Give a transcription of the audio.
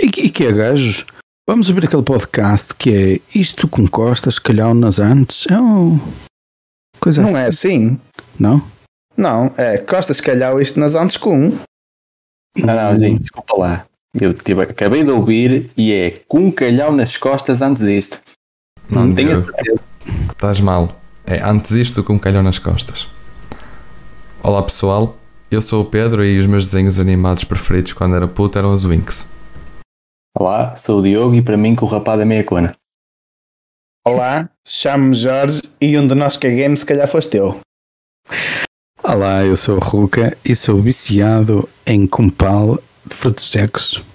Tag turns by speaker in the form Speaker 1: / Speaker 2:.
Speaker 1: E, que- e que é, gajos? Vamos abrir aquele podcast que é Isto com Costas, Calhau-nas Antes. É um. Coisa
Speaker 2: Não é
Speaker 1: assim.
Speaker 2: assim?
Speaker 1: Não?
Speaker 2: Não, é Costas Calhau isto nas antes com. um.
Speaker 3: Não, não, gente, desculpa lá. Eu tive, acabei de ouvir e é com um calhau nas costas antes disto.
Speaker 4: Não,
Speaker 3: Tenho a
Speaker 4: Diogo,
Speaker 3: certeza.
Speaker 4: estás mal. É antes isto com um calhão nas costas. Olá pessoal, eu sou o Pedro e os meus desenhos animados preferidos quando era puto eram os Winx.
Speaker 3: Olá, sou o Diogo e para mim que o rapaz é meia cona.
Speaker 2: Olá, chamo-me Jorge e um de nós que é game se calhar foste eu.
Speaker 1: Olá, eu sou o Ruca e sou viciado em compal de frutos secos.